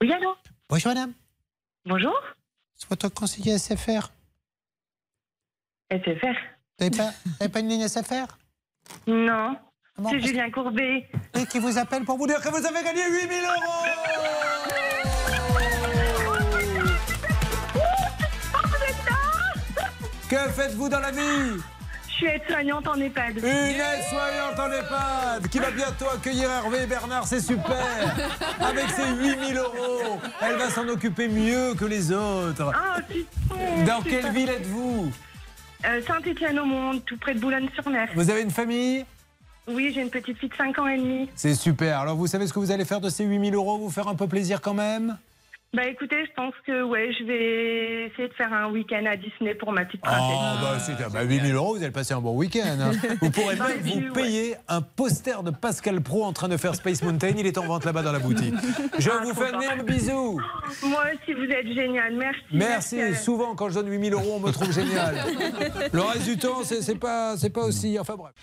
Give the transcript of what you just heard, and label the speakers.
Speaker 1: Oui, allô
Speaker 2: Bonjour madame,
Speaker 1: Bonjour
Speaker 2: c'est votre conseiller SFR.
Speaker 1: SFR
Speaker 2: Vous n'avez pas, vous avez pas une ligne SFR
Speaker 1: Non,
Speaker 2: Comment
Speaker 1: c'est Julien Courbet.
Speaker 2: Et qui vous appelle pour vous dire que vous avez gagné 8000 euros Que faites-vous dans la vie
Speaker 1: Je suis aide-soignante en EHPAD.
Speaker 2: Une aide-soignante en EHPAD qui va bientôt accueillir Hervé Bernard, c'est super Avec ses 8000 euros, elle va s'en occuper mieux que les autres.
Speaker 1: Ah, putain
Speaker 2: Dans
Speaker 1: super.
Speaker 2: quelle ville êtes-vous
Speaker 1: Euh, Saint-Étienne au Monde, tout près de Boulogne-sur-Mer.
Speaker 2: Vous avez une famille
Speaker 1: Oui, j'ai une petite fille de 5 ans et demi.
Speaker 2: C'est super. Alors vous savez ce que vous allez faire de ces 8000 euros Vous faire un peu plaisir quand même
Speaker 1: Bah écoutez, je pense que ouais, je vais essayer de faire un week-end à Disney pour ma petite princesse.
Speaker 2: Ah, bah, c'est bien. Bah, 8 000 euros, vous allez passer un bon week-end. hein. Vous pourrez même
Speaker 1: Dans les vues,
Speaker 2: vous payer un poster de Pascal Pro en train de faire Space Mountain. Il est en vente là-bas dans la boutique. Je vous fais un énorme bisou.
Speaker 1: Moi aussi, vous êtes génial. Merci.
Speaker 2: Oh.
Speaker 1: euh,
Speaker 2: Merci.
Speaker 1: à-
Speaker 2: Souvent, quand je donne 8 000 euros, on me trouve génial. Le reste du temps, c'est c'est pas, c'est pas aussi. Enfin bref.